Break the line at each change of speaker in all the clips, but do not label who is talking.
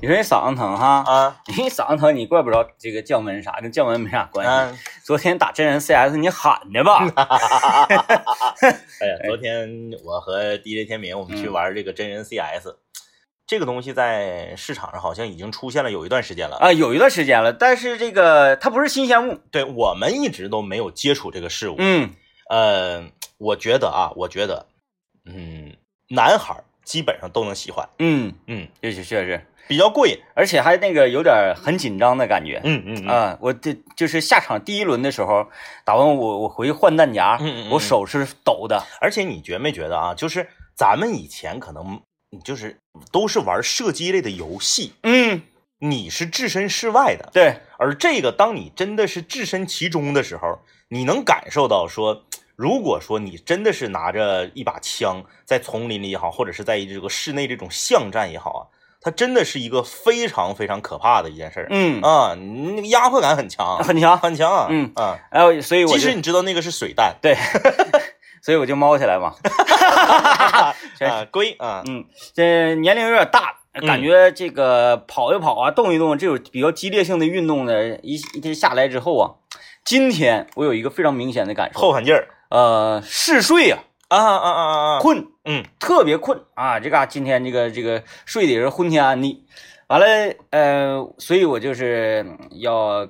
你说你嗓子疼哈，
啊，
你嗓子疼你怪不着这个降温啥，跟降温没啥关系。
嗯，
昨天打真人 CS 你喊的吧？
哎呀，昨天我和 DJ 天明我们去玩这个真人 CS，、这个东西在市场上好像已经出现了有一段时间了。
啊，有一段时间了，但是这个它不是新鲜物。
对我们一直都没有接触这个事物。
嗯
呃，我觉得啊，我觉得，嗯，男孩儿基本上都能喜欢，
嗯，
嗯，
确实确实，
比较过瘾，
而且还那个有点很紧张的感觉。
嗯嗯嗯
啊，我这就是下场第一轮的时候，打完我我回去换弹夹，
嗯嗯嗯
我手是抖的。
而且你觉没觉得啊？就是咱们以前可能就是都是玩射击类的游戏，
嗯，
你是置身事外的，
对，
而这个当你真的是置身其中的时候，你能感受到说。如果说你真的是拿着一把枪在丛林里也好，或者是在这个室内这种巷战也好啊，它真的是一个非常非常可怕的一件事儿。
嗯，
啊，你那个压迫感很强，
很强。
很强啊。
嗯
啊，
然后所以我
即
就
使你知道那个是 水弹
对，所以我就猫起来嘛。对
啊，龟啊，
嗯，这年龄有点大，
嗯
感觉这个跑一跑啊，动一动这种比较激烈性的运动呢，一一天下来之后啊，今天我有一个非常明显的感受，
后反劲儿
呃，嗜睡啊，
啊啊啊啊啊！
困，
嗯，
特别困啊，这嘎、今天这个这个睡得也是昏天暗地。完了，呃，所以我就是嗯要呃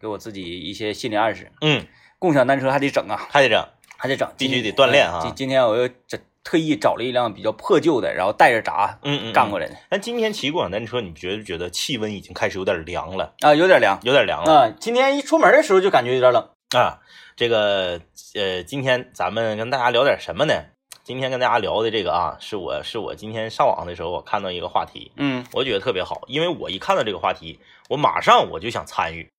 给我自己一些心理暗示，
嗯，
共享单车还得整啊，
还得整，
还得整，
必须
今
得锻炼啊
今今天我又这特意找了一辆比较破旧的，然后带着闸
嗯嗯，
干过
来。
来的
但今天骑共享单车，你觉不觉得气温已经开始有点凉了？
啊，有点凉。
有点凉了
啊，今天一出门的时候就感觉有点冷。
啊！这个呃，今天咱们跟大家聊点什么呢？今天跟大家聊的这个啊，是我是我今天上网的时候我看到一个话题，
嗯
我觉得特别好，因为我一看到这个话题，我马上我就想参与，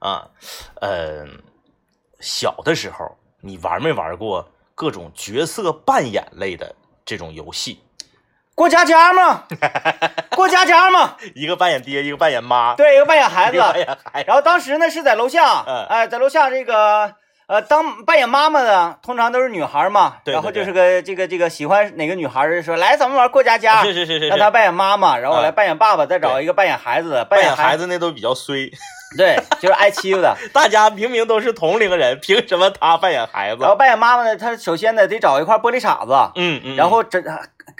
啊，呃，小的时候你玩没玩过各种角色扮演类的这种游戏？
过家家 嘛，过家家嘛，
一个扮演爹，一个扮演妈，
对，一个扮演孩
一
子
个，扮演孩子，
然后当时呢是在楼下，
哎嗯
哎、在楼下这个呃，当扮演妈妈的通常都是女孩嘛，
对对
然后就是个这个这个喜欢哪个女孩儿说来咱们玩过家家，
是是是是
让她
是，
扮演妈妈，然后我来扮演爸爸，再找一个扮演孩子的，扮
扮演孩
孩子，
子那都比较衰，
对，就是挨欺负 的。
大家明明都是同龄人，凭什么他扮演孩子
然？后扮演妈妈的，她首先呢得找一块玻璃碴子，
嗯嗯，
然后这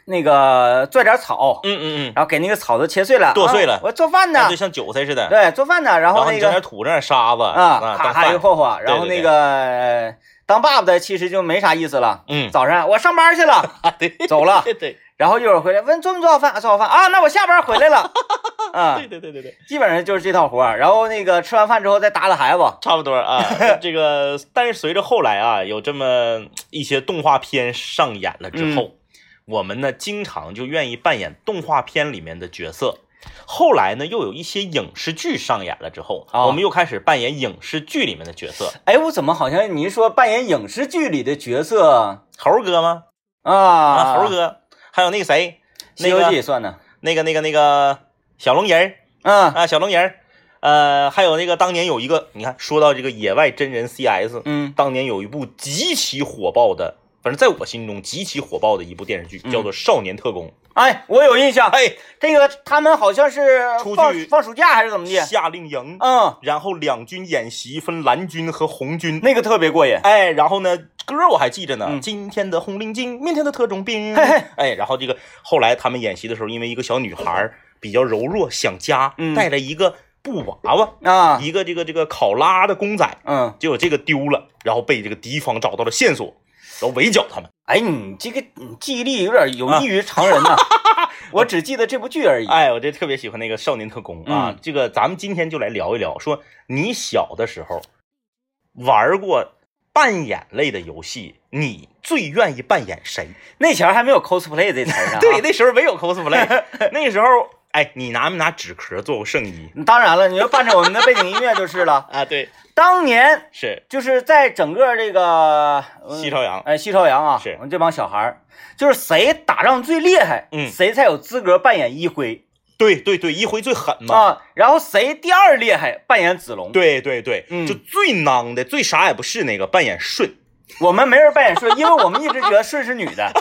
那个拽点草，
嗯嗯嗯，
然后给那个草都切碎了，
剁碎了
啊我做饭呢
那就，像韭菜似的，
对，做饭呢，然
然
后
后
那
你整
个
点土，整点沙子
啊，咔
当
咔一
饭，
霍霍，然后
对对
那
对
个当爸爸的其实就没啥意思了。
嗯，啊
早上我上班去 了，
对
走了，
对对
然后一会儿回来问做没做好饭，啊做好饭啊，那我下班回来 了，啊
对，对对对对。
基本上就是这套活儿。然后那个吃完饭之后再打打孩子，
差不 多啊，这个，但是随着后来啊，有这么一些动画片上演了
嗯
之后，我们呢经常就愿意扮演动画片里面的角色。后来呢，又有一些影视剧上演了之后，
啊
我们又开始扮演影视剧里面的角色。
哎，我怎么好像你一说扮演影视剧里的角色
猴哥吗？
啊，
猴哥，还有那个谁，
西
那
游记》
个
也算呢，
那个那个那个小龙人儿
嗯
啊，小龙人儿，呃，还有那个当年有一个，你看，说到这个野外真人 CS，
嗯
当年有一部极其火爆的，反正在我心中极其火爆的一部电视剧，
嗯
叫做《少年特工
哎，我有印象，
哎，
这个他们好像是
出
放
去
放暑假还是怎么》的，
夏令营，
嗯，
然后两军演习分蓝军和红军，
那个特别过瘾。
哎，然后呢，歌我还记着呢，
嗯
今天的红领巾，明天的特种兵，
嘿嘿
哎，然后这个后来他们演习的时候，因为一个小女孩儿比较柔弱，想家，
嗯
带了一个布娃娃，
啊，
一个这个这个考拉的公仔，
嗯，
结果这个丢了，然后被这个敌方找到了线索，然后围剿他们。
哎，你这个你记忆力有点有异于常人 呐、我只记得这部剧而已。
哎，我这特别喜欢那个《少年特工》啊，
嗯
这个咱们今天就来聊一聊，说你小的时候玩过扮演类的游戏，你最愿意扮演谁？
那前儿还没有 cosplay 这词儿啊呢、
对，，那时候没有 cosplay，那 时候哎，你拿没拿纸壳做过圣衣
当然了，你要伴着我们的背景音乐就是 了。
啊？对，
当年
是
就是在整个这个、呃
西朝阳，
哎西朝阳啊，
是
我们这帮小孩儿，就是谁打仗最厉害，
嗯
谁才有资格扮演一辉
对对对，一回最狠嘛。
啊，然后谁第二厉害扮演子龙。，
嗯对对对，
嗯
就最囊的、最啥也不是那个扮演舜，
我们没人扮演顺，因为我们一直觉得顺是女的。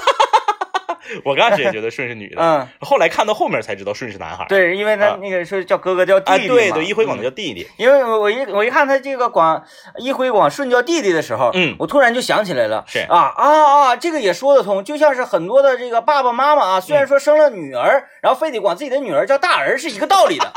我刚开始也觉得 顺是女的，
嗯，
后来看到后面才知道顺是男孩。
对，因为他
啊
那个说叫哥哥叫弟
啊，
弟
对
嘛
对，一辉管他
嗯
叫弟弟。
因为我我一我一看他这个管一辉管顺叫弟弟的时候，
嗯
我突然就想起来了，
是
啊啊啊，这个也说得通，就像是很多的这个爸爸妈妈啊，虽
嗯
然说生了女儿，然后非得管自己的女儿叫大儿是一个道理的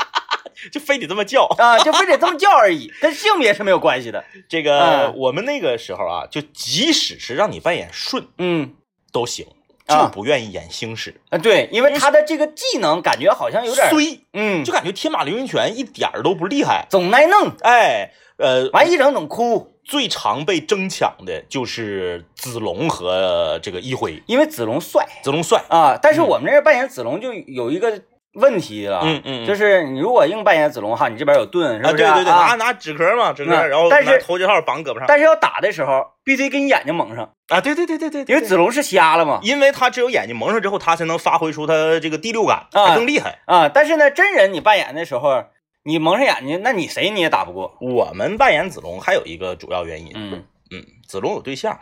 就非得这么叫。
啊，就非得这么叫而已，跟性别是没有关系的。
这个
嗯
我们那个时候啊，就即使是让你扮演顺
嗯
都行，
啊
就不愿意演星矢，
啊，对，因为他的这个技能感觉好像有点，
虽
嗯，
就感觉天马流星拳一点儿都不厉害。
总挨弄，
哎，呃，
完一整总哭，
最常被争抢的就是子龙和这个一辉，
因为子龙帅
子龙帅，
啊，但是我们这儿扮演子龙就有一个问题了，啊
嗯嗯，
就是是你如果硬扮演子龙哈，你这边有盾，
啊，
是
对
不是啊、
对对，拿
啊
拿纸壳嘛，纸壳，
嗯
然后
但是
拿头巾号绑胳膊上
但是要打的时候，必须得给你眼睛蒙上，
啊，对对对对对，
因为
对
子龙是瞎了嘛。
因为他只有眼睛蒙上之后，他才能发挥出他这个第六感，
啊
他更厉害。
啊，但是呢，真人你扮演的时候，你蒙上眼睛，那你谁你也打不过。
我们扮演子龙还有一个主要原因，
嗯，
嗯，子龙有对象，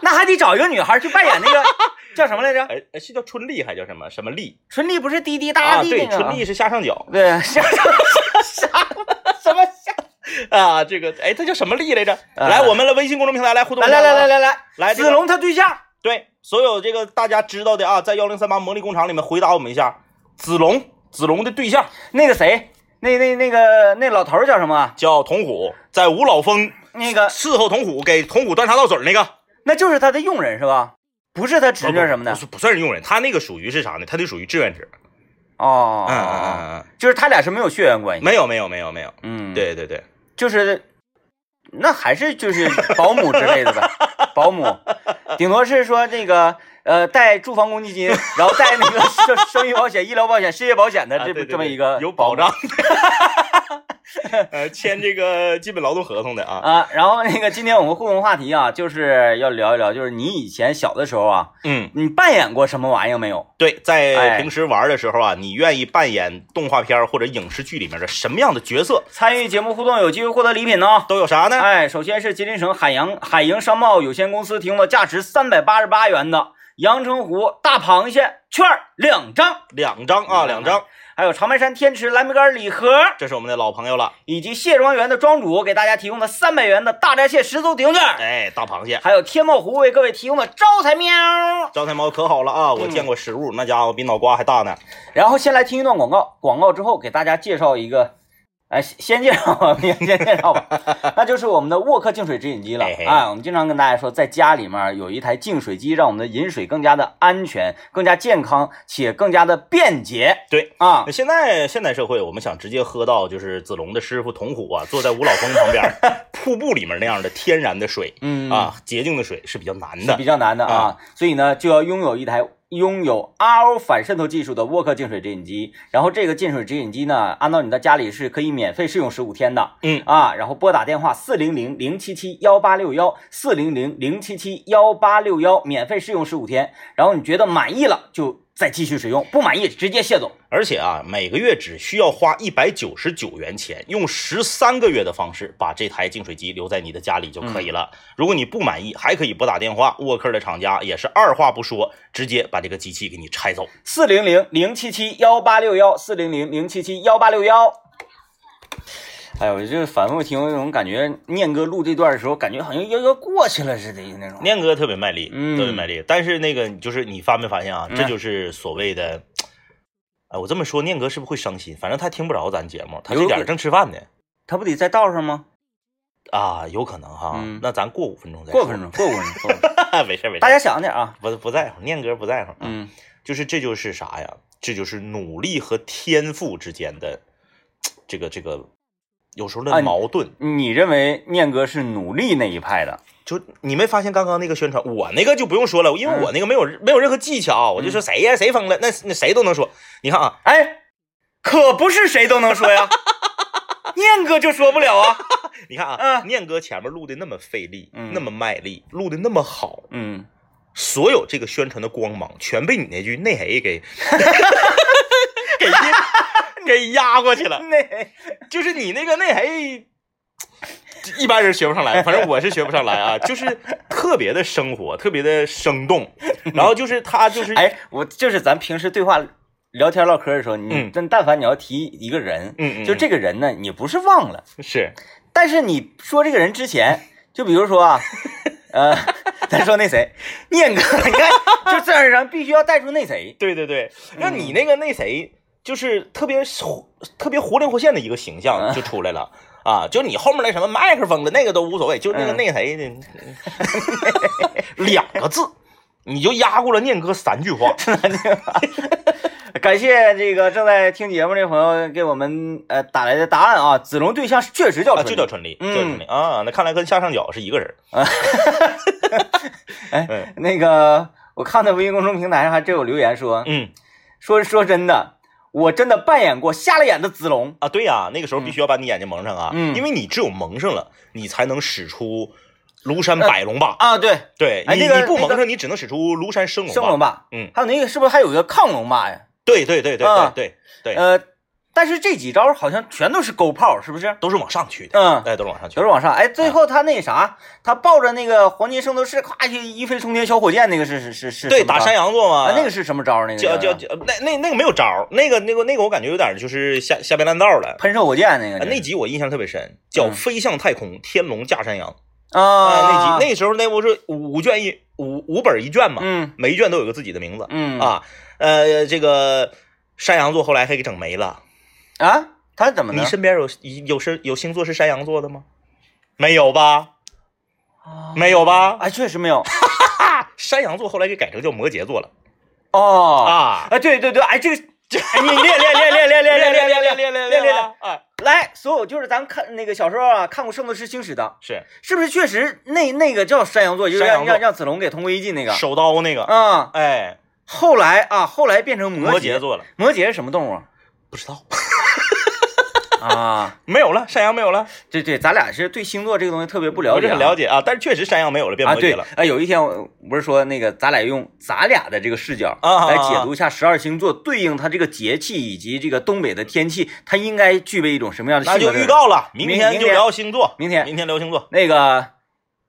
那还得找一个女孩去扮演那个叫什么来着？
哎，哎是叫春丽还叫什么什么丽 啊
春丽不是滴滴答滴
对，
那个？
春丽是下上角
对， 啥啥什么啥？
啊，这个哎，她叫什么丽来着？
啊
来，我们来微信公众平台来互动
来
一下
来
吧，
来来来来，
来这个
子龙他对象
对，所有这个大家知道的啊，在幺零三八魔力工厂里面回答我们一下，子龙，子龙的对象
那个谁，那那那个那老头儿叫什么啊？
叫童虎，在五老峰
那个
伺候童虎，给童虎端茶倒水那个。
那就是他的佣人是吧？不是他侄女什么的
不是不算是佣人，他那个属于是啥呢？他就属于志愿者。
哦，
嗯嗯嗯
哦
嗯
就是他俩是没有血缘关
嗯，
系。
没有没有没有没有，
嗯，，
对对对，
就是那还是就是保姆之类的呗，保姆，顶多是说那个呃带住房公积金，然后带那个生 生育保险、医疗保险、失业保险的
啊
这
对对
这么
对
一个
有
保
保
姆
障，呃，签这个基本劳动合同的啊，
啊。然后那个今天我们互动话题啊，就是要聊一聊，就是你以前小的时候啊，
嗯，
你扮演过什么玩意儿没有？
对，
哎
在平时玩的时候啊，你愿意扮演动画片儿或者影视剧里面的什么样的角色？
参与节目互动有机会获得礼品哦呢、
都有 啥呢？
哎，首先是吉林省海洋海盈商贸有限公司提供的价值三百八十八元的阳澄湖大螃蟹券儿两张，
两张啊，两张，
还有长白山天池蓝莓干礼盒，
这是我们的老朋友了，
以及卸妆园的庄主给大家提供的三百元的大闸蟹十足顶券，
哎，大螃蟹。
还有天茂湖为各位提供的招财喵。
招财猫可好了啊！我见过实物，那家伙比脑瓜还大呢。
然后先来听一段广告，广告之后给大家介绍一个。哎，先介绍吧， 先先介绍吧， 那就是我们的沃克净水直饮机了
嘿嘿
啊。我们经常跟大家说，在家里面有一台净水机，让我们的饮水更加的安全、更加健康，且更加的便捷
对，
啊
那。现在现代社会，我们想直接喝到就是子龙的师傅童虎啊，坐在五老峰旁边儿瀑布里面那样的天然的水
嗯，
啊，洁净的水是比较难
是
的
比。较难的啊。所以呢，就要拥有一台拥有 RO 反渗透技术的沃克净水直饮机。然后这个净水直饮机呢，安到你的家里是可以免费试用十五天的。
嗯
啊，然后拨打电话四零零零七七幺八六幺四零零零七七幺八六幺，免费试用十五天。然后你觉得满意了就再继续使用，不满意直接卸走。
而且啊，每个月只需要花一百九十九元钱，用十三个月的方式把这台净水机留在你的家里就可
嗯
以了。如果你不满意，还可以拨打电话，沃克的厂家也是二话不说，直接把这个机器给你拆走。
四零零零七七幺八六幺，四零零零七七幺八六幺。哎呦，我这反复听，有种感觉，念哥录这段的时候，感觉好像要要过去了似的那种。
念哥特别卖力，
嗯
特别卖力。但是那个就是你发没发现啊？
嗯
这就是所谓的，哎，我这么说，念哥是不是会伤心？反正他听不着咱节目，他这点儿正吃饭呢。
他不得在道上吗？
啊，有可能哈，
嗯
那咱过五分钟再说。
过分钟，过分钟，过分钟
没事儿没事
大
儿，
家想点啊。
不不在乎，念哥不在乎。
嗯，
就是这就是啥呀？这就是努力和天赋之间的这个这个有时候
啊
的
你
矛盾。
你认为念哥是努力那一派的？
就你没发现刚刚那个宣传，我那个就不用说了，
嗯
因为我那个没有、没有任何技巧，我就说谁呀谁疯了，那那谁都能说。你看啊，
哎，可不是谁都能说 呀。念哥就说不了啊。
你看啊，
嗯
念哥前面录的那么费力，
嗯
那么卖力，录的那么好，
嗯，
所有这个宣传的光芒全被你那句那谁给 给压给压过去了。
那
就是你那个那谁，一般人学不上来，反正我是学不上来啊，就是特别的生活，特别的生动，然后就是他就是，
哎，我就是咱平时对话、聊天、唠嗑的时候，你
嗯
但但凡你要提一个人，
嗯嗯
就这个人呢，你不是忘了，
是
但是你说这个人之前，就比如说 啊，呃，咱说那谁，念哥，你看，就自然而然必须要带出那谁，
对对对，
嗯
那你那个那谁，就是特别活特别活灵活现的一个形象
嗯
就出来了。啊，就你后面那什么麦克风了，那个都无所谓，就是那个
嗯
那谁的、两个字，你就压过了念哥三 句话。
感谢这个正在听节目的朋友给我们呃打来的答案啊！子龙对象确实叫
啊，
春
就
丽
叫春丽，就
嗯
叫春丽啊。那看来跟下上角是一个人。
那个，我看到微信公众平台上还真有留言说、
嗯
说说真的，我真的扮演过瞎了眼的子龙。
啊，对呀、那个时候必须要把你眼睛蒙上啊，
嗯
因为你只有蒙上了，你才能使出庐山百龙霸。
啊，对，
对，
哎
你、
那个
你不蒙
那
上，你只能使出庐山升龙霸。
升龙霸，
嗯，
还有那个是不是还有一个亢龙霸呀？
对对对对
啊
对对对，
呃，但是这几招好像全都是勾炮，是不是？
都是往上去的，
嗯，
哎，都是往上去
都是。往上。哎，
啊
最后他那啥，他抱着那个黄金圣斗士，咵就一飞冲天小火箭，那个是是是是
对，
什么
打
招
山羊座嘛，
啊，那个是什么招？那个
叫叫叫那那那个没有招儿，那个那个那个我感觉有点就是下下边烂道了。
喷射火箭那个
啊
就是
那集我印象特别深，叫
哎嗯
《飞向太空，天龙架山羊》
啊
啊。那集那时候那不是五五卷一五五本一卷嘛，
嗯
每一卷都有个自己的名字
嗯
啊。呃，这个山羊座后来还给整没了。
啊，他怎么
你
呢？
身边有有是有星座是山羊座的吗？没有吧？没有吧？
啊，确实 没有
山羊座后来给改成叫摩羯座了
哦
啊！
啊，对对对， 哎，这个这，哎你练练练练练练练练练练练练练哎练，
啊！
来，所有就是咱们看那个小时候啊，看过《圣斗士星矢》的，
是
是不是确实那那个叫山羊座，就是
山
让
羊座
让让子龙给同归于尽那个
手刀那个，
啊、
哎，
后来啊，后来变成
摩
摩
羯，座了，
摩羯是什么动物啊
不知道，
啊？
没有了，山羊没有了，
对对，咱俩是对星座这个东西特别不了
不
解、
是
啊，
很了解啊，但是确实山羊没有了，变
啊。
摩
对
羯了，
哎，有一天我不是说那个，咱俩用咱俩的这个视角
啊啊啊
来解读一下十二星座对应它这个节气以及这个东北的天气，它应该具备一种什么样的
那
性格
就
特征
预，告了，明
明
天
明
就
天
聊星座，
明天
明天聊星座，
那个，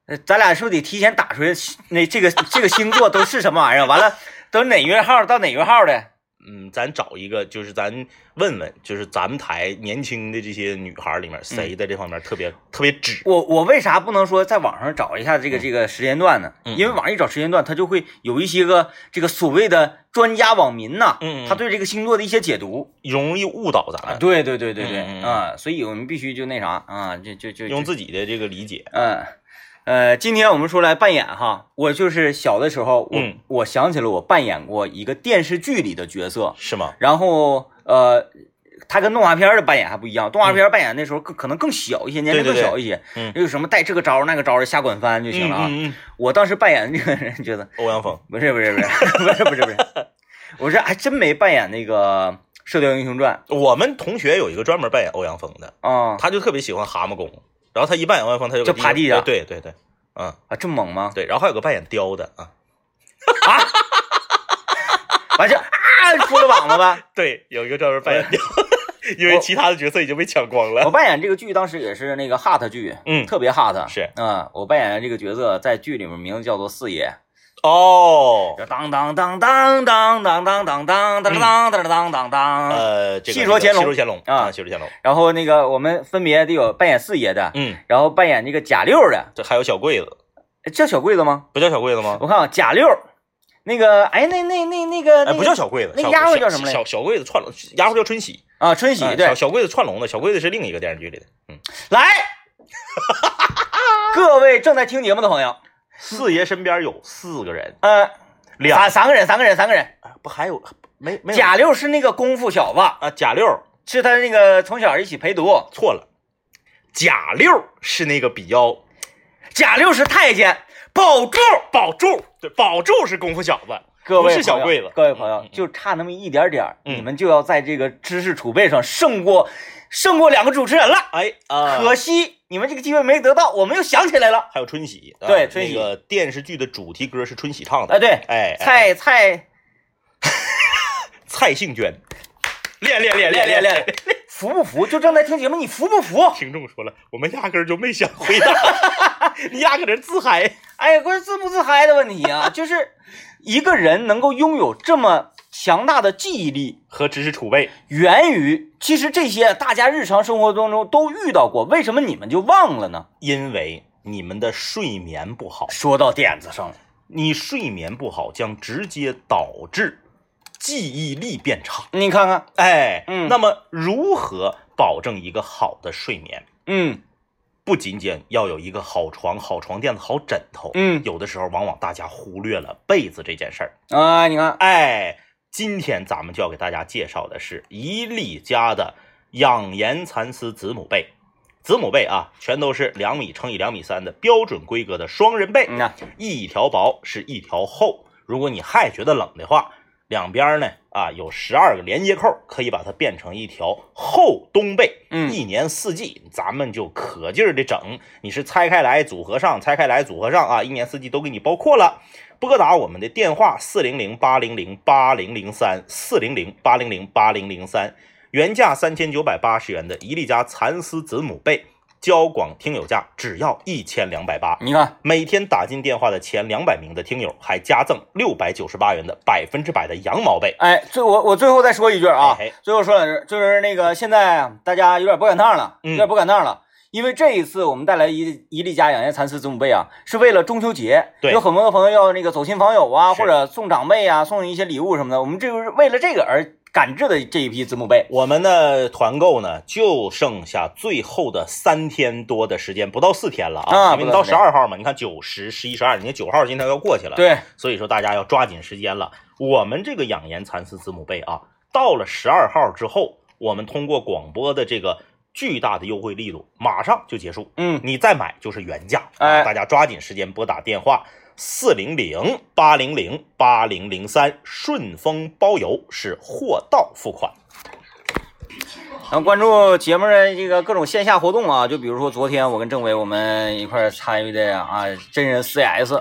呃咱俩是不是得提前打出来那这个这个星座都是什么玩意儿？完了，都哪月号到哪月号的？
嗯，咱找一个，就是咱问问，就是咱们台年轻的这些女孩
嗯
里面，谁在这方面特别特别指？
我我为啥不能说在网上找一下这个这个时间段呢？
嗯
因为网上一找时间段，它就会有一些个这个所谓的专家网民呐、
嗯嗯嗯
他对这个星座的一些解读。
容易误导咱
啊，
们，
对对对对对，
嗯嗯嗯
啊，所以我们必须就那啥啊，就就就
用
就
自己的这个理解，
嗯。呃，今天我们说来扮演哈，我就是小的时候，我、
嗯
我想起了我扮演过一个电视剧里的角色，
是吗？
然后呃，它跟动画片儿的扮演还不一样，动画片儿扮演那时候更可能更小一些，年龄
对
更
对对
小一些，
嗯
有什么带这个招儿那个招儿的瞎管翻就行了啊。
嗯嗯嗯，
我当时扮演那个人觉得
欧阳锋，
不是不是不是不是不是不是，我是还真没扮演那个《射雕英雄传
我们同学有一个专门扮演欧阳锋的，》
啊
他就特别喜欢蛤蟆功，然后他一扮演欧阳锋，他就
就
给
趴地上
对对对，嗯，
啊，这么猛吗？
对，然后还有个扮演雕的啊，
完事儿啊，出了膀子 呗。
对，有一个专门扮演雕， 因
我
为其他的角色已经被抢光
我
了。
扮演这个剧当时也是那个 hot 剧，
嗯
特别 hot。
是
嗯，我扮演的这个角色在剧里面名字叫做四爷。
哦，
当当当当当当当当当当当当当当。
呃，这个
戏说乾隆
戏说乾隆
啊
戏说乾隆，
然后那个我们分别得有扮演四爷的，
嗯，
然后扮演那个贾六的，
这还有小柜子，
叫小柜子吗？
不叫小柜子吗？
我看啊，贾六，那个哎，那那那那个，
哎，
那
不叫小柜子，
那
小
丫鬟叫
小
什么来着
小小柜子串龙，丫鬟叫春喜，
啊，春喜
哎
对
小，小柜子串龙的，小柜子是另一个电视剧里的，嗯，
来，各位正在听节目的朋友，
四爷身边有四个人，
呃，
俩
三三个人，三个人，三个人，
不还有没没有
贾六是那个功夫小子，
啊贾六
是他那个从小一起陪读，
错了，贾六是那个比较
贾六是太监，保住。
保住，对，保住是功夫小子，
各位
不是小
朋友
柜子
各位朋友
嗯嗯，嗯
就差那么一点点儿，
嗯
你们就要在这个知识储备上胜过胜过两个主持人了。
哎啊，
可惜你们这个机会没得到，我们又想起来了。
还有春喜，啊
对春喜
那个电视剧的主题歌是春喜唱
啊，
的，
对，
哎，哎
蔡蔡
蔡幸娟，练练练
练
练
练
练
练， 服不服？就正在听节目，你服不服？
听众说了，我们压根儿就没想回答， 你压根儿自嗨。
哎呀，关键自不自嗨的问题啊， 就是一个人能够拥有这么强大的记忆力，
和知识储备，
源于其实这些大家日常生活当中都遇到过，为什么你们就忘了呢？
因为你们的睡眠不好，
说到点子上了，
你睡眠不好将直接导致记忆力变差。
你看看，
哎，
嗯
那么如何保证一个好的睡眠？
嗯
不仅仅要有一个好床、好床垫子、好枕头，
嗯
有的时候往往大家忽略了被子这件事儿。
啊，你看，
哎，今天咱们就要给大家介绍的是伊利家的养颜蚕丝子母被。子母被啊，全都是两米乘以两米三的标准规格的双人被，
你看，
一条薄是一条厚。如果你还觉得冷的话，两边呢啊有十二个连接扣，可以把它变成一条厚冬被。
嗯
一年四季咱们就可劲儿的整，你是拆开来组合上，拆开来组合上啊，一年四季都给你包括了。拨打我们的电话四零零八零零八零零三四零零八零零八零零三，原价三千九百八十元的一粒家蚕丝子母被，交广听友价只要一千两百八。
你看，
每天打进电话的前两百名的听友还加赠六百九十八元的百分之百的羊毛被。
哎，最我我最后再说一句啊
哎哎，
最后说两句，就是那个现在大家有点不赶趟了，
嗯
有点不赶趟了。因为这一次我们带来一一例家养颜蚕丝子母被啊，是为了中秋节，
对
有很多朋友要那个走亲访友啊，
是
或者送长辈啊，送一些礼物什么的，我们这就是为了这个而赶制的这一批子母被。
我们的团购呢，就剩下最后的三天多的时间，不到四天了啊，
啊
因为你到
不
十
到四
二号嘛，你看九、十、十一、十二，人家九号今天要过去了，，
对，
所以说大家要抓紧时间了。我们这个养颜蚕丝子母被啊，到了十二号之后，我们通过广播的这个巨大的优惠力度，马上就结束，
嗯，
你再买就是原价，啊
哎
大家抓紧时间拨打电话四零零八零零八零零三，顺丰包邮是货到付款。
然后关注节目的这个各种线下活动啊，就比如说昨天我跟政委我们一块儿参与的啊真人 CS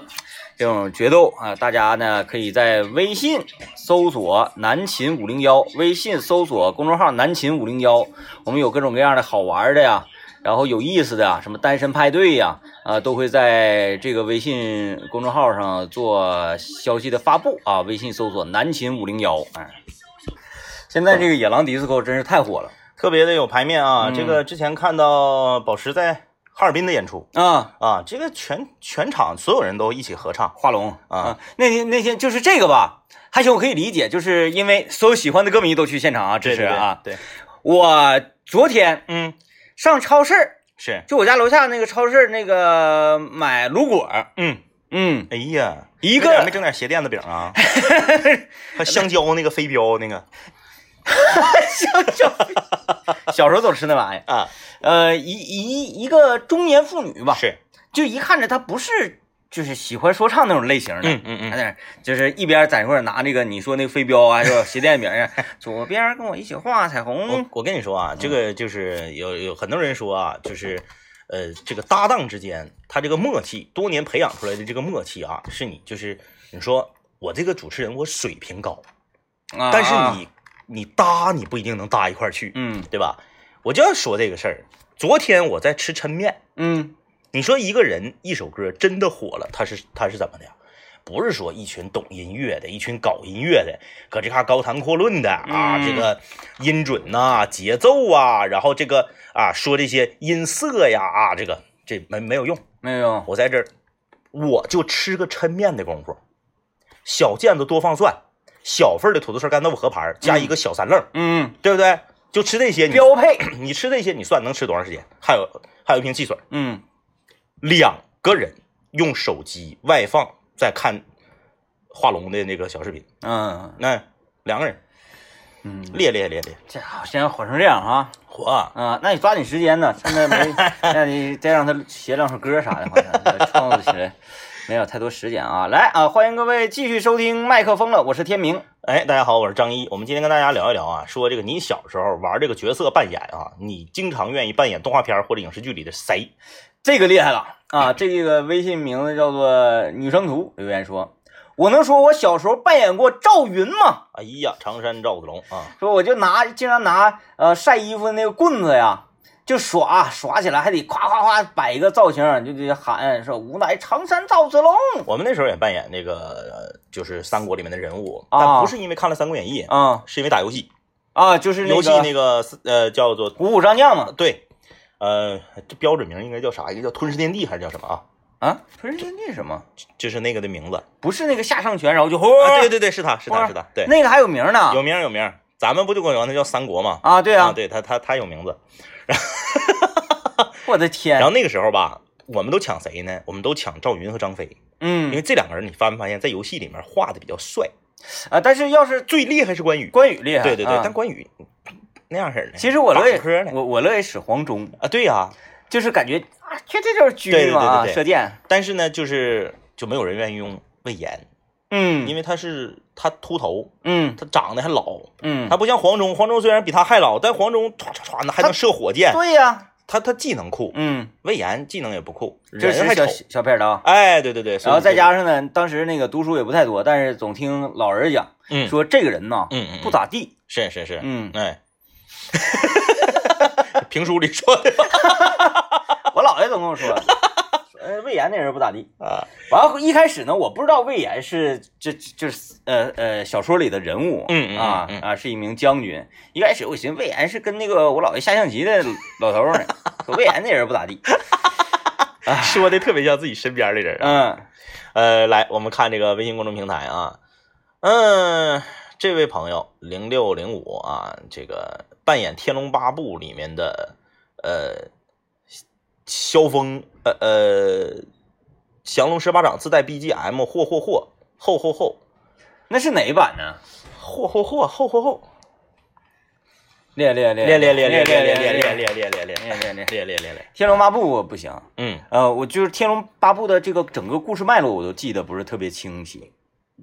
这种决斗啊，大家呢可以在微信搜索“南秦五零幺”，微信搜索公众号“南秦五零幺”，我们有各种各样的好玩的呀，然后有意思的啊，什么单身派对呀，啊，都会在这个微信公众号上做消息的发布啊，微信搜索“南秦五零幺”，哎，现在这个野狼迪斯科真是太火了。
特别的有排面啊！
嗯
这个之前看到宝石在哈尔滨的演出
啊，
啊，这个全全场所有人都一起合唱，
画龙
啊，
那天那天就是这个吧，还行，我可以理解，就是因为所有喜欢的歌迷都去现场啊支
这
持
是啊
啊，。
对，
我昨天
嗯，
上超市儿，
是，
就我家楼下那个超市儿那个买卤果儿，
嗯，
嗯，
哎呀，
一
没整没
个
整点鞋垫子饼 啊，和香蕉那个飞镖那个
小小小时候总吃那玩意儿，
啊，
呃，一一一个中年妇女吧，
是，
就一看着她不是就是喜欢说唱那种类型的，
嗯嗯嗯
还，在那儿就是一边在那块儿拿那个你说那个飞镖啊，就鞋垫名儿 啊，左边跟我一起画彩虹
我，我跟你说啊，这个就是有有很多人说啊，就是呃，这个搭档之间他这个默契，多年培养出来的这个默契啊，是你就是你说我这个主持人我水平高，
啊
但是你你搭你不一定能搭一块儿去，
嗯
对吧？我就要说这个事儿。昨天我在吃抻面，
嗯
你说一个人一首歌真的火了，他是他是怎么的呀？不是说一群懂音乐的，一群搞音乐的，搁这嘎高谈阔论的啊，
嗯
这个音准呐、节奏啊，然后这个啊说这些音色呀啊，这个这没没有用。
没有，
我在这儿，我就吃个抻面的功夫，小腱子多放蒜，小份儿的土豆丝干豆腐合盘儿，加一个小三愣儿，
嗯，
对不对？就吃这些，你
标配，
你吃这些，你算能吃多长时间？还有还有一瓶汽水，
嗯
两个人用手机外放在看画龙的那个小视频，
嗯
那两个人
嗯，
列列列列，
这家伙现在火成这样啊
火啊！
啊，那你抓紧时间呢，现在 没，那你再让他写两首歌啥的，好像创作起来没有太多时间啊。来啊，欢迎各位继续收听麦克风了，我是天明，
哎，大家好，我是张一，我们今天跟大家聊一聊啊，说这个你小时候玩这个角色扮演啊，你经常愿意扮演动画片或者影视剧里的谁？
这个厉害了啊！这个微信名字叫做女生图留言说，我能说我小时候扮演过赵云吗？
哎呀，常山赵子龙啊，
说我就拿经常拿呃晒衣服的那个棍子呀，就耍耍起来，还得夸夸夸摆一个造型，就得喊说“吾乃常山赵子龙
我们那时候也扮演那个呃就是三国里面的人物，
啊
但不是因为看了《三国演义》”，
啊
是因为打游戏，
啊，就是
游戏
个
那个四呃叫做
鼓舞战将嘛
对，呃，这标准名应该叫啥？一个叫《吞噬天地》还是叫什么啊？
啊，不是那什么，
就是那个的名字。
不是那个下上拳，然后就吼、
啊，对对对，是他是他是他，对，
那个还有名呢
有名儿有名儿，咱们不就管他叫三国吗？
啊，对
啊，
啊，
对他他他有名字。
我的天
然，后那个时候吧，我们都抢谁呢？我们都抢赵云和张飞，因为
嗯
这两个人你发没发现，在游戏里面画的比较帅，
啊，但是要是
最厉害是关羽。
关羽厉害，
对对对
啊，
但关羽那样式儿的，
其实我乐
打科
意
呢，
我我乐意使黄忠，
啊，对呀、
就是感觉啊，这这就是狙嘛，啊
对对对对对
射箭，
但是呢，就是就没有人愿意用魏延，
嗯，
因
为
为他是他秃头，
嗯
他长得还老，
嗯
他，不像黄忠，黄忠虽然比他还老，但黄忠唰唰唰的还能射火箭，
对呀、
他他技能酷，
嗯，
魏延技能也不酷，
这
人
是
还丑
小，小片刀。
哎，对对对，所以
然后再
就
加上呢，当时那个读书也不太多，但是总听老人讲
嗯
说这个人呐
嗯嗯
不咋地，
是是是，
嗯
哎， 评书里说的
我姥爷总跟我说，说呃魏延那人不咋地。
啊，
完了，一开始呢，我不知道魏延是这就是呃呃小说里的人物，
嗯嗯
啊
嗯嗯
啊是一名将军。一开始我寻思魏延是跟那个我姥爷下象棋的老头儿呢，说魏延那人不咋地。
说的特别像自己身边的人啊。
嗯
呃，来，我们看这个微信公众平台啊，嗯，这位朋友零六零五啊，这个扮演《天龙八部》里面的呃萧峰，呃呃，降龙十八掌自带 BGM，嚯嚯嚯，吼吼吼，
那是哪一版呢？
嚯嚯嚯，吼吼吼，
练练练
练练练
练
练练练
练练
练练练练练练
练练练。
练练练练，
天龙八部我不行，
嗯，
呃，我就是《天龙八部》的这个整个故事脉络，我都记得不是特别清晰。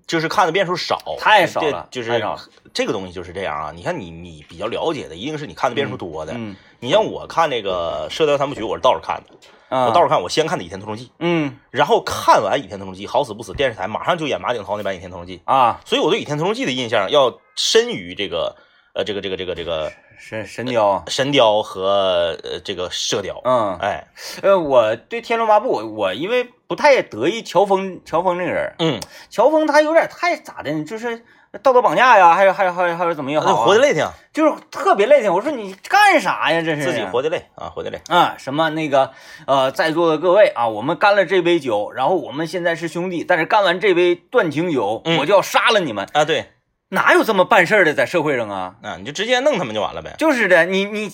就是看的遍数少，
太少了
这就
太
是
少了
这个东西就是这样啊。你看你你比较了解的，一定是你看的遍数多的。
嗯
你像我看那个《射雕三部曲》，我是倒着看的，
啊，
我倒着看，我先看的《倚天屠龙记》，
嗯
然后看完《倚天屠龙记》，好死不死，电视台马上就演马景涛那版《倚天屠龙记》，
啊，
所以我对《倚天屠龙记》的印象要深于这个呃这个这个这个这个
神神雕，
《神雕》和呃这个《射雕》。
嗯，
哎，
呃，我对《天龙八部》，我我因为不太得意乔峰，乔峰这个人，
嗯，
乔峰他有点太咋的呢？就是道德绑架呀，还有还有还有还有怎么也好、
那
啊，
活得累挺，
就是特别累挺。我说你干啥呀？这是
自己活得累啊，活得累。
啊，什么那个呃，在座的各位啊，我们干了这杯酒，然后我们现在是兄弟，但是干完这杯断情酒，
嗯
我就要杀了你们。
啊，对，
哪有这么办事儿的在社会上啊？
啊，你就直接弄他们就完了呗。
就是的，你你你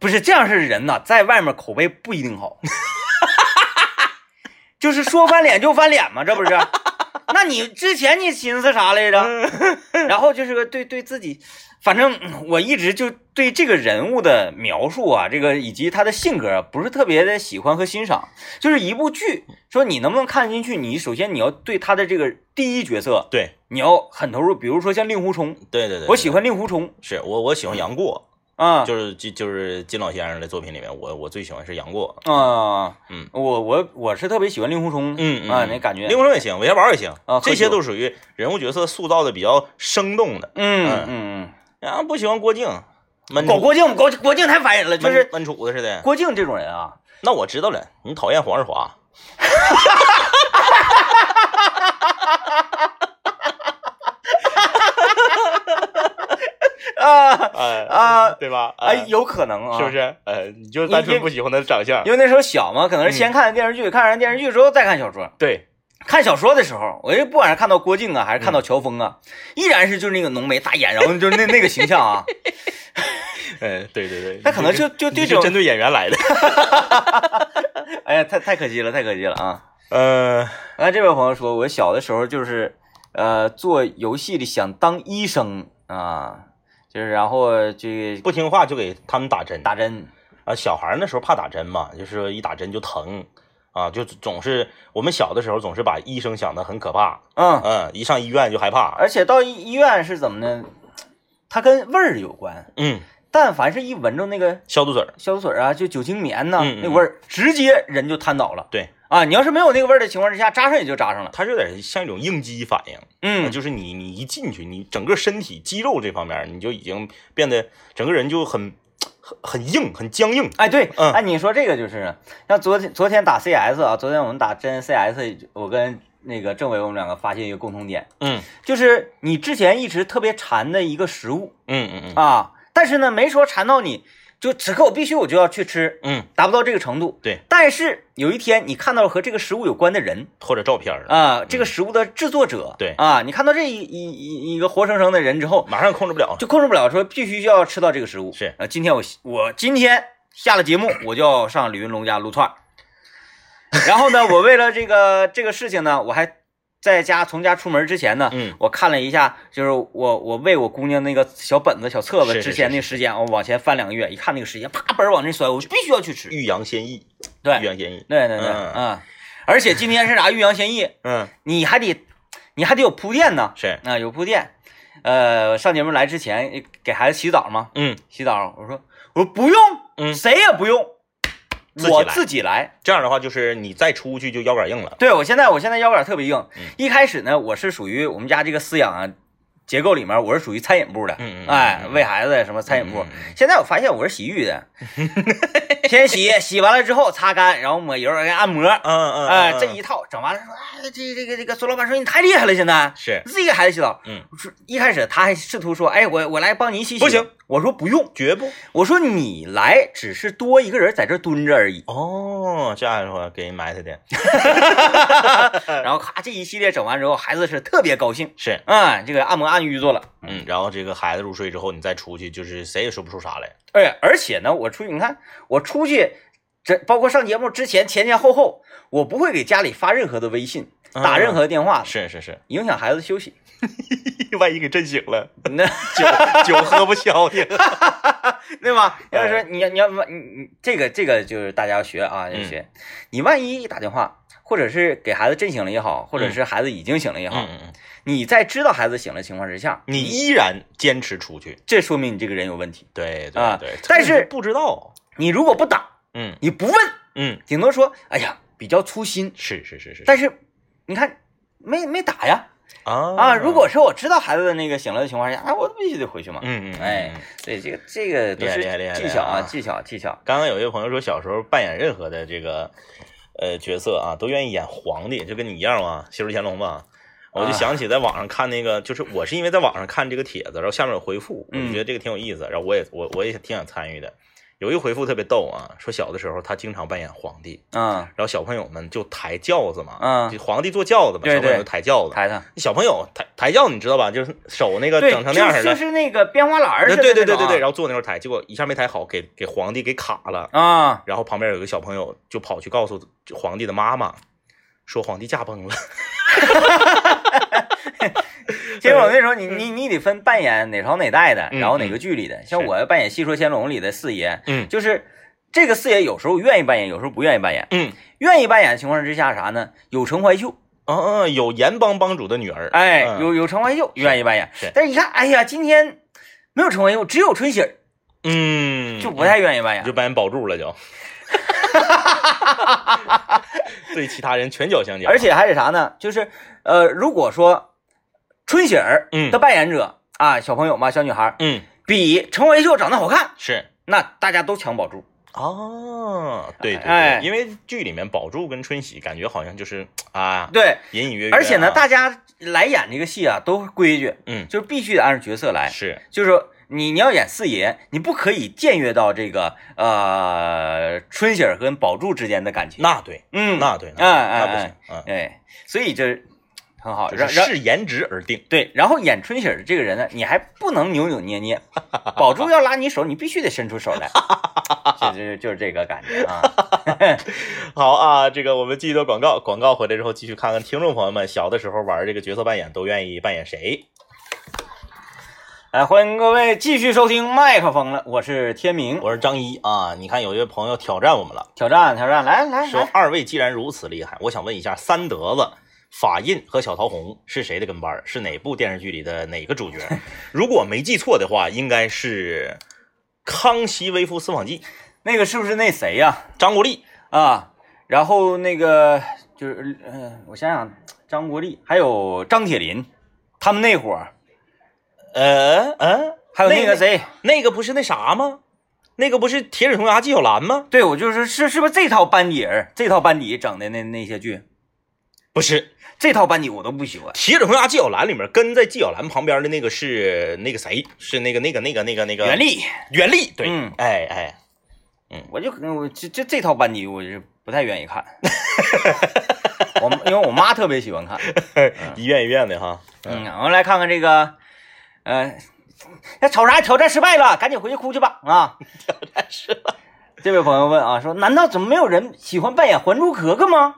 不是这样式的人呐，在外面口碑不一定好， 就是说翻脸就翻脸嘛，这不是？那你之前你寻思啥来着？然后就是个对对自己，反正嗯我一直就对这个人物的描述啊，这个以及他的性格啊不是特别的喜欢和欣赏。就是一部剧，说你能不能看进去，你首先你要对他的这个第一角色，
对
你要很投入。比如说像令狐冲，
对对对，
我喜欢令狐冲
是我我喜欢杨过，
啊，
就是就就是金老先生的作品里面，我我最喜欢是杨过。
啊，
嗯，
我我我是特别喜欢令狐冲，
嗯嗯
啊，那感觉，
令狐冲也行，韦小宝也行
啊
这
贺
些
九
都属于人物角色塑造的比较生动的。
嗯
嗯
嗯
然后不喜欢郭靖，闷
嗯，搞郭靖，郭郭靖太烦人了，就
闷
是
闷杵子似的。
郭靖这种人啊，
那我知道了，你讨厌黄日华。
啊
哎
啊
对吧？
哎，有可能啊，
是不？是？呃，你就
单纯
单纯
因为
不喜欢他的长相。
因为那时候小嘛，可能是
嗯
先看电视剧，看完电视剧之后再看小说。
对，
看小说的时候，我就不管是看到郭靖啊，
嗯
还是看到乔峰啊，依然是就是那个浓眉大眼，然后就是那那个形象 啊，
嗯，对对对，
他可能
你是
就就
你
对
是
这种
针对演员来的。
哎呀，太太可惜了，太可惜了啊！
呃，
那这位朋友说，我小的时候就是，呃，做游戏里想当医生啊，就是然后这个
不听话就给他们打针。
打针，
啊，小孩儿那时候怕打针嘛，就是说一打针就疼，啊，就总是我们小的时候总是把医生想的很可怕，
嗯，
嗯，一上医院就害怕，
而且到医医院是怎么呢？它跟味儿有关，
嗯，
但凡是一闻着那个
消毒水儿，
消毒水啊，就酒精棉呐、
嗯嗯
那味儿，直接人就瘫倒了
对，
啊！你要是没有那个味儿的情况之下，扎上也就扎上了。
它是有点像一种应激反应，
嗯，
就是你你一进去，你整个身体肌肉这方面你就已经变得整个人就很很很硬，很僵硬。
哎对，
嗯
哎你说这个就是，像昨天昨天打 CS 啊，昨天我们打真 CS，我跟那个政委我们两个发现一个共同点，
嗯
就是你之前一直特别馋的一个食物
嗯嗯嗯
啊，但是呢没说馋到你就此刻我必须我就要去吃，
嗯，
达不到这个程度。
对，
但是有一天你看到了和这个食物有关的人，
或者照片儿，
啊，这个食物的制作者，
嗯对
啊，你看到这一一一一个活生生的人之后，
马上控制不了。
就控制不了，说必须要吃到这个食物。
是
啊，今天我我今天下了节目，我就要上李云龙家撸 串儿。然后呢，我为了这个这个事情呢，我还在家从家出门之前呢，
嗯
我看了一下，就是我我为我姑娘那个小本子小册
是
子
是是
之前那个时间，我往前翻两个月，一看那个时间，啪本儿往那摔，我就必须要去吃。
欲扬先抑，
对，
欲
对
扬先抑。
对对，
嗯
啊，而且今天是啥？欲扬先抑。
嗯，
你还得你还得有铺垫呢，
是，
啊，有铺垫。呃，上节目来之前给孩子洗澡嘛，
嗯，
洗澡，我说我说不用，
嗯
谁也不用，
自己
我
来
自己来。
这样的话就是你再出去就腰杆硬了。
对我现在我现在腰杆特别硬，
嗯
一开始呢我是属于我们家这个饲养啊结构里面我是属于餐饮部的，
嗯嗯嗯
哎，
嗯
喂孩子什么餐饮部。
嗯嗯
现在我发现我是洗浴的， 先洗，洗完了之后擦干，然后抹油，按摩，
嗯嗯，
哎、
嗯
这一套整完了说，哎，这这个这个孙老板说你太厉害了，现在
嗯是
自己给孩子洗澡。
嗯
我说，一开始他还试图说，哎，我我来帮你洗洗。
不行，
我说不用，
绝不。
我说你来只是多一个人在这蹲着而已。
哦，这家伙给人埋汰的，
然后咔，这一系列整完之后，孩子是特别高兴。
是，
嗯，这个按摩按预做了。
嗯，然后这个孩子入睡之后，你再出去，就是谁也说不出啥来。
哎，而且呢，我出去，你看我出去，这包括上节目之前前前后后，我不会给家里发任何的微信，
嗯
打任何的电话，
是是是，
影响孩子休息。
万一给震醒了，
那。
酒酒喝不消停。
对吧？要是
哎
说你要你要你你这个这个就是大家要学啊，要学。你万一打电话，或者是给孩子震醒了也好，或者是孩子已经醒 了也好，
嗯嗯，
你在知道孩子醒了情况之下，
你依然坚持出去，
这说明你这个人有问题。
对
啊
对对，
但是
不知道，
你如果不打，
嗯
你不问，
嗯，
顶多说哎呀比较粗心，
是是是是
但是你看没没打呀
啊
啊！如果说我知道孩子的那个醒了的情况下，哎，我必须得回去嘛。
嗯嗯，嗯
哎
嗯
对，这个这个都
厉害
是
厉害厉害
技巧
厉害
啊，
啊
技巧技巧。
刚刚有一位朋友说，小时候扮演任何的这个呃角色啊，都愿意演皇帝，就跟你一样嘛，《西游记乾隆》嘛。我就
啊
想起在网上看那个，就是我是因为在网上看这个帖子，然后下面有回复，我
嗯
就觉得这个挺有意思，然后我也我我也挺想参与的。有一回复特别逗啊，说小的时候他经常扮演皇帝，
嗯，
然后小朋友们就抬轿子嘛，
嗯
就皇帝坐轿子嘛，
对
小朋友
对
就抬轿子，
抬抬。
小朋友抬抬轿你知道吧？就是手那个
对，
整成那样
就
似的，嗯
就是那个编花篮儿似的
对对
那种
对对对
啊
对，然后坐那块抬，结果一下没抬好，给给皇帝给卡了，
啊，
然后旁边有个小朋友就跑去告诉皇帝的妈妈，说皇帝驾崩了。
其实我那时候你你你得分扮演哪朝哪代的，
嗯
然后哪个剧里的，像
是
我扮演《戏说乾隆》里的四爷，
嗯
就是这个四爷有时候愿意扮演，有时候不愿意扮演。
嗯，
愿意扮演的情况之下啥呢？有陈怀秀，
啊啊，有盐帮帮主的女儿。
哎，
嗯
有有陈怀秀愿意扮演
是，
但是一看，哎呀，今天没有陈怀秀，只有春喜儿，
嗯，
就不太愿意扮
你
演。
就把人保住 了就。对其他人拳脚相加。
而，且还得啥呢？就是呃，如果说春喜儿
嗯
的扮演者啊，小朋友嘛，小女孩儿
嗯，
比陈怀秀长得好看，
是
那大家都抢保住。
哦，对对对，
哎
因为剧里面保住跟春喜感觉好像就是啊，
对，
隐隐约约啊、
而且呢，大家来演这个戏啊，都规矩，
嗯
就是必须得按照角色来，
是
就是说你你要演四爷，你不可以僭越到这个呃春喜儿跟宝柱之间的感情。
那对，
嗯，
那对，那对
哎
那
哎
不行，嗯，
哎，所以这很好。
就
然
是
然
视颜值而定。
对，然后演春喜儿的这个人呢，你还不能扭扭捏捏，宝柱要拉你手，你必须得伸出手来，就就就是这个感觉啊。
好啊，这个我们继续做广告，广告回来之后继续看看听众朋友们小的时候玩这个角色扮演都愿意扮演谁。
来，哎欢迎各位继续收听麦克风了，我是天明，
我是张一啊，你看有一位朋友挑战我们了，
挑战挑战，来来
说
来，
二位既然如此厉害，我想问一下三德子。法印和小桃红是谁的跟班儿？ 是哪部电视剧里的哪个主角？如果没记错的话，应该是《康熙微服私访记》，
那个是不是那谁呀、
张国立，
啊？然后那个就是，呃，我想想，张国立还有张铁林，他们那伙儿，
呃呃，
还有
那
那个，谁，
那个不是那啥吗？那个不是《铁齿铜牙纪晓岚》吗？
对我就是是是不是这套班底人，这套班底整的那那些剧，
不是，
这套班底我都不喜欢
《铁齿铜牙纪晓岚》里面跟在纪晓岚旁边的那个是那个谁？是那个那个那个那个那个
袁，立，
袁立，对，
嗯
哎哎，
我就我这这这套班底我是不太愿意看， 我因为我妈特别喜欢看，
一遍一遍的哈，
嗯，我们来看看这个，呃，那瞅啥挑战失败了，赶紧回去哭去吧啊！ 挑战失败。这位朋友问啊，说难道怎么没有人喜欢扮演《还珠格格》吗？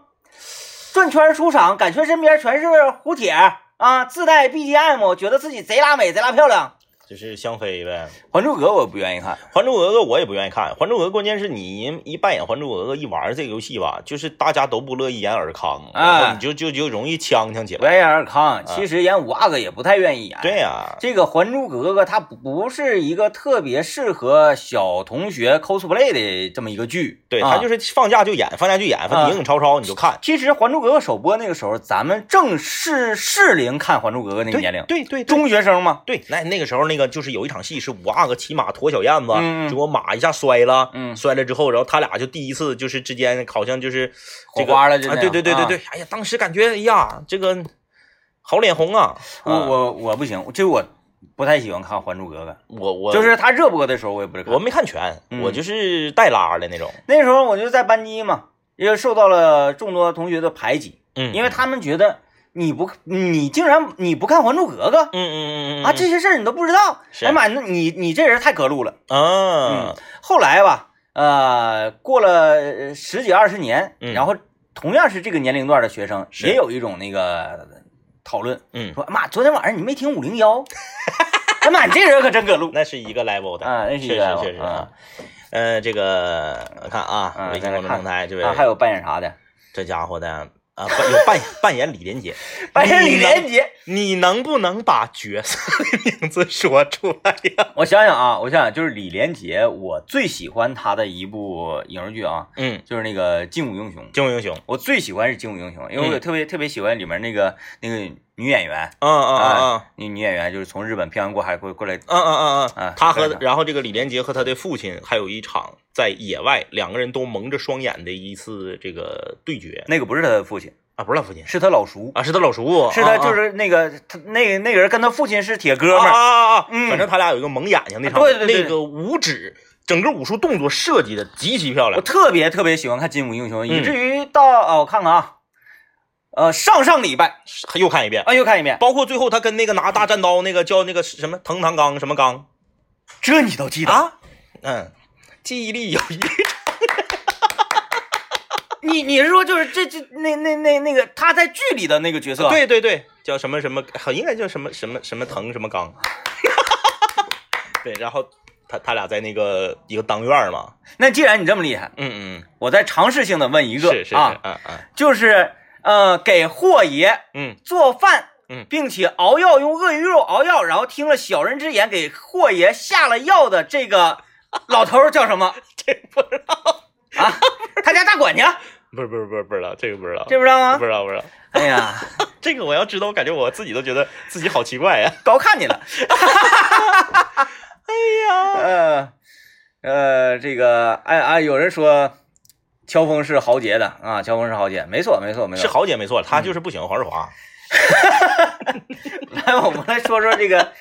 转圈出场，感觉身边全是胡铁啊，自带 BGM，觉得自己贼拉美，贼拉漂亮。
就是香妃呗。
《还珠格格》我不愿意看，
《还珠格格》我也不愿意看，《还珠格格》关键是你一扮演《还珠格格》一玩这个游戏吧，就是大家都不乐意演尔康，
哎
然后你就就就容易呛呛起
我
来。
愿意演尔康，其实演五阿哥也不太愿意演。
对呀、
这个《还珠格格》它不是一个特别适合小同学 cosplay 的这么一个剧，
对
啊
他就是放假就演，放假就演，反正你影影吵吵你就看。
其实《还珠格格》首播那个时候，咱们正是适龄看《还珠格格》那个
对
年龄，
对对对
中学生嘛。
对，那那个时候那个就是有一场戏是五阿哥骑马驮小燕子，
嗯嗯
结果马一下摔了，
嗯
摔了之后，然后他俩就第一次就是之间好像就是这个
火花了就
啊
那样
对对对对对，哎呀，当时感觉哎呀，这个好脸红啊！
我
啊
我我不行，这我不太喜欢看《还珠格格
我》，我
就是它热播的时候我也不是看
我。没看全，
嗯
我就是带拉的那种。
那时候我就在班级嘛，也受到了众多同学的排挤，
嗯
因为他们觉得你不你竟然你不看《还珠格格
嗯》嗯嗯嗯
啊，这些事儿你都不知道，
是
哎呀妈，那你你这人太隔路了。
啊，
后来吧，呃，过了呃十几二十年，
嗯
然后同样是这个年龄段的学生，
是
也有一种那个讨论，
嗯，
说妈，昨天晚上你没听五零幺？ 哎妈，你这人可真葛 路
那是一个 level 的
啊！那是一
确
个
实确实
啊
啊。呃，这个我看啊
嗯，
微信公众平台这位
啊，还有扮演啥的，
这家伙的啊，扮有扮演扮演李连杰，
扮演李连
杰，
杰。
你能不能把角色的名字说出来呀？
我想想啊，我想想，就是李连杰，我最喜欢他的一部影视剧啊，
嗯，
就是那个《精武英雄》。
精武英雄，
我最喜欢是《精武英雄》，因为我
嗯
特别、特别喜欢里面那个那个女演员，
嗯嗯嗯
女女演员就是从日本漂洋过海过过来，
嗯嗯嗯
啊
嗯，他和
是的
然后这个李连杰和他的父亲还有一场在野外两个人都蒙着双眼的一次这个对决
那个不是他的父亲，
啊，不是他父亲，
是他老叔，
啊，是他老叔，
是他
啊
就
啊
是那个他那那个人跟他父亲是铁哥
啊
们儿，
啊啊啊！
嗯
反正他俩有一个蒙眼睛那场，
啊对对对
那个五指，整个武术动作设计的极其漂
我
亮。
特别特别喜欢看《精武英雄》，以
嗯
至于到啊我看看啊，呃上上礼拜
他又看一遍，
啊又看一遍，
包括最后他跟那个拿大战刀那个叫那个什么藤堂刚什么
啊
刚
这你都记得？
啊，嗯，记忆力有一，
你你是说就是这这那那那那个他在剧里的那个角色？，
对对对，叫什么什么，好应该叫什么什么什么藤什么刚， 对，然后他他俩在那个一个当院儿嘛，
那既然你这么厉害，
嗯嗯，
我再尝试性的问一
嗯
个
是是是，
啊，
嗯嗯
就是呃给霍爷
嗯，
做饭，
嗯
并且熬药，用鳄鱼肉熬药，然后听了小人之言，给霍爷下了药的这个老头儿叫什 么？这不知道啊，他家大管 家，
不是不是不是不知道这个不知道，
这不知道吗
不？知道不知道。
哎呀，
这个我要知道，我感觉我自己都觉得自己好奇怪啊呀、
高看你了。
哎呀，
呃呃，这个哎啊，有人说乔峰是豪杰的啊，乔峰是豪杰，没错没错没错。
是豪姐没错，她就是不喜欢黄日华。
来，我们来说说这 个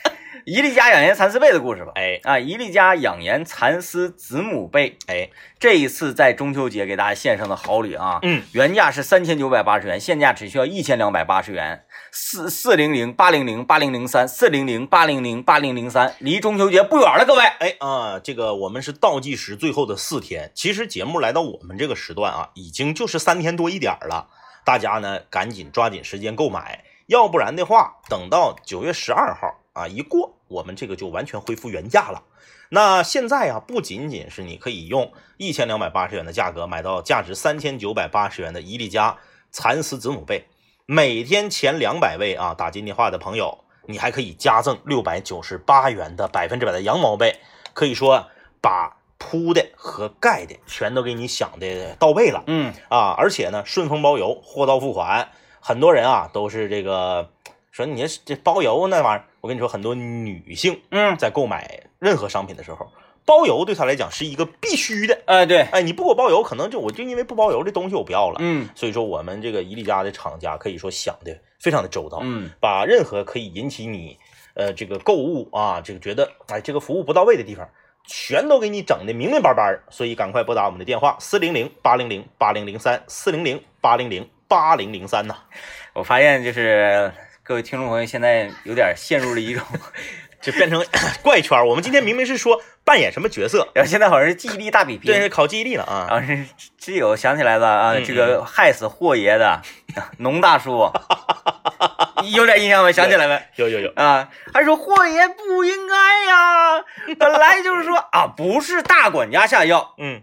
伊利家养颜蚕丝被的故事吧。
哎
啊，伊利家养颜蚕丝子母被
哎，
这一次在中秋节给大家献上的好礼啊，
嗯，
原价是三千九百八十元，现价只需要一千两百八十元，四四零零八零零八零零三四零零八零零八零零三，离中秋节不远了，各位。
哎啊、这个我们是倒计时最后的四天，其实节目来到我们这个时段啊，已经就是三天多一点儿了。大家呢赶紧抓紧时间购买，要不然的话，等到九月十二号啊一过，我们这个就完全恢复原价了。那现在啊，不仅仅是你可以用一千两百八十元的价格买到价值三千九百八十元的伊利家蚕丝子母被，每天前两百位啊打进电话的朋友，你还可以加赠六百九十八元的百分之百的羊毛被。可以说啊把铺的和盖的全都给你想的到位了
嗯，
啊！而且呢，顺丰包邮，货到付款。很多人啊都是这个说你这这包邮那玩意儿，我跟你说，很多女性
嗯，
在购买任何商品的时候，包邮对她来讲是一个必须的。
呃，对，
哎，你不给我包邮，可能就我就因为不包邮这东西我不要了。
嗯
所以说，我们这个伊利家的厂家可以说想的非常的周到，
嗯
把任何可以引起你呃这个购物啊，这个觉得哎这个服务不到位的地方，全都给你整的明明白白儿。所以赶快拨打我们的电话四零零八零零八零零三四零零八零零八零零三呐。
我发现就是各位听众朋友现在有点陷入了一种，
就变成 怪圈儿。我们今天明明是说扮演什么角色，
然后现在好像是记忆力大比拼，
这是考记忆力了啊。
然后是这个我想起来了啊，
嗯
这个害死霍爷的农大 叔，有点印象没？想起来没？
有有有，
啊，还说霍爷不应该呀，本来就是说啊，不是大管家下药，
嗯，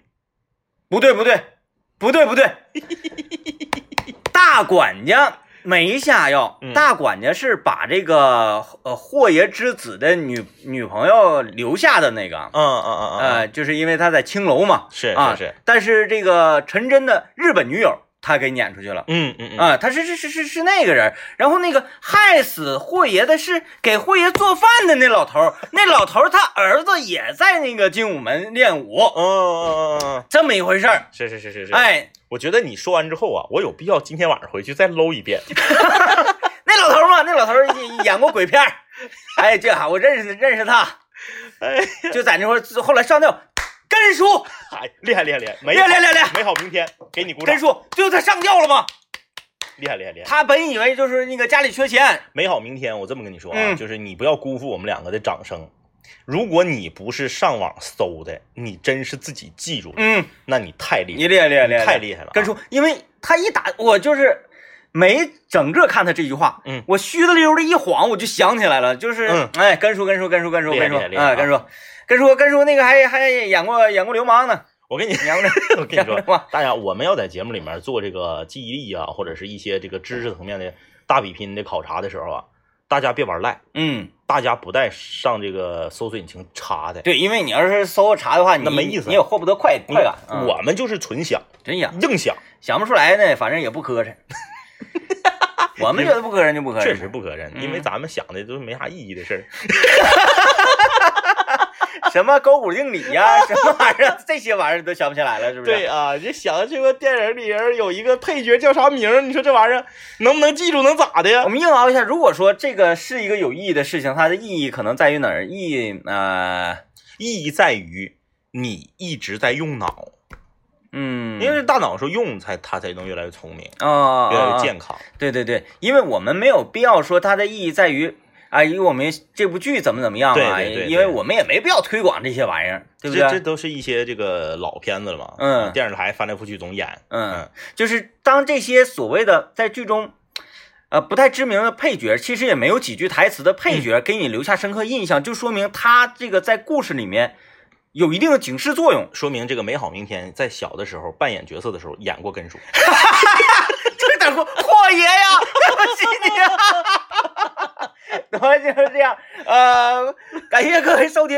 不对不对，不对不对， 大管家没下药，
嗯
大管家是把这个呃霍爷之子的女女朋友留下的那个，
嗯嗯嗯嗯，嗯
呃，就是因为他在青楼嘛，
是
啊
是是，
但是这个陈真的日本女友他给撵出去了。
嗯嗯嗯，
啊，他是是是是是那个人，然后那个害死霍爷的是给霍爷做饭的那老头儿，那老头儿他儿子也在那个精武门练武，
哦，嗯嗯嗯嗯
这么一回事儿。
是是是是是，，
哎，
我觉得你说完之后啊，我有必要今天晚上回去再搂一 遍。
那老头儿嘛，那老头儿也演过鬼片儿，哎，这哈，我认识认识他，
哎，
就在那块儿，后来上吊，根叔，
哎厉害厉害厉害，美
厉害
好
厉害厉害，
美好明天，给你鼓掌
根，叔，最后他上吊了嘛，
哎厉害厉害厉害，
他本以为就是那个家里缺钱，
美好明天。我这么跟你说啊，
嗯
就是你不要辜负我们两个的掌声。如果你不是上网搜的，你真是自己记住的，
嗯，
那你太厉害
你厉害厉害厉害，
太厉害了啊
根叔，因为他一打我就是没整个看他这句话，
嗯
我虚的溜的一晃，我就想起来了，就是，
嗯
哎，根叔根叔根叔根叔
厉害
根叔，
厉害厉害啊
哎，根叔，根叔根叔那个还还演过演过流氓呢，
我跟你，
演过
我跟你
演过
说
流，氓，
大家我们要在节目里面做这个记忆力啊，或者是一些这个知识层面的大比拼的考察的时候啊，大家别玩赖，
嗯，
大家不带上这个搜索引擎查的。
对，因为你要是搜查的话，你
那没意思
你也获不得快快感，嗯
我们就是纯想，
真想
硬想，
想不出来呢，反正也不磕碜，我 们觉得不磕碜就不磕碜，
确实不磕碜，
嗯
因为咱们想的都没啥意义的事儿。
什么勾股定理 呀、什么玩意儿，这些玩意儿都想不起来了，是不是？
啊，就想这个电影里人有一个配角叫啥名儿，你说这玩意儿能不能记住，能咋的
我
呀？
们硬熬一下，如果说这个是一个有意义的事情，它的意义可能在于哪儿？意义呃，
意义在于你一直在用脑，
嗯，
因为大脑说用才它才能越来越聪明，
啊啊，
越来越
啊
健康。
对对对，因为我们没有必要说它的意义在于啊，因为我们这部剧怎么怎么样啊，
对对对对
因为我们也没必要推广这些玩意儿，对不
这这
对？
都是一些这个老片子了嘛，
嗯
电视台翻来覆去总演，
嗯，就是当这些所谓的在剧中。呃，不太知名的配角，其实也没有几句台词的
嗯
配角给你留下深刻印象，就说明他这个在故事里面有一定的警示作用。
说明这个美好明天在小的时候扮演角色的时候演过根叔，
就是等过霍爷呀， 对不起 你啊。然后就是这样，呃，感谢各位收听。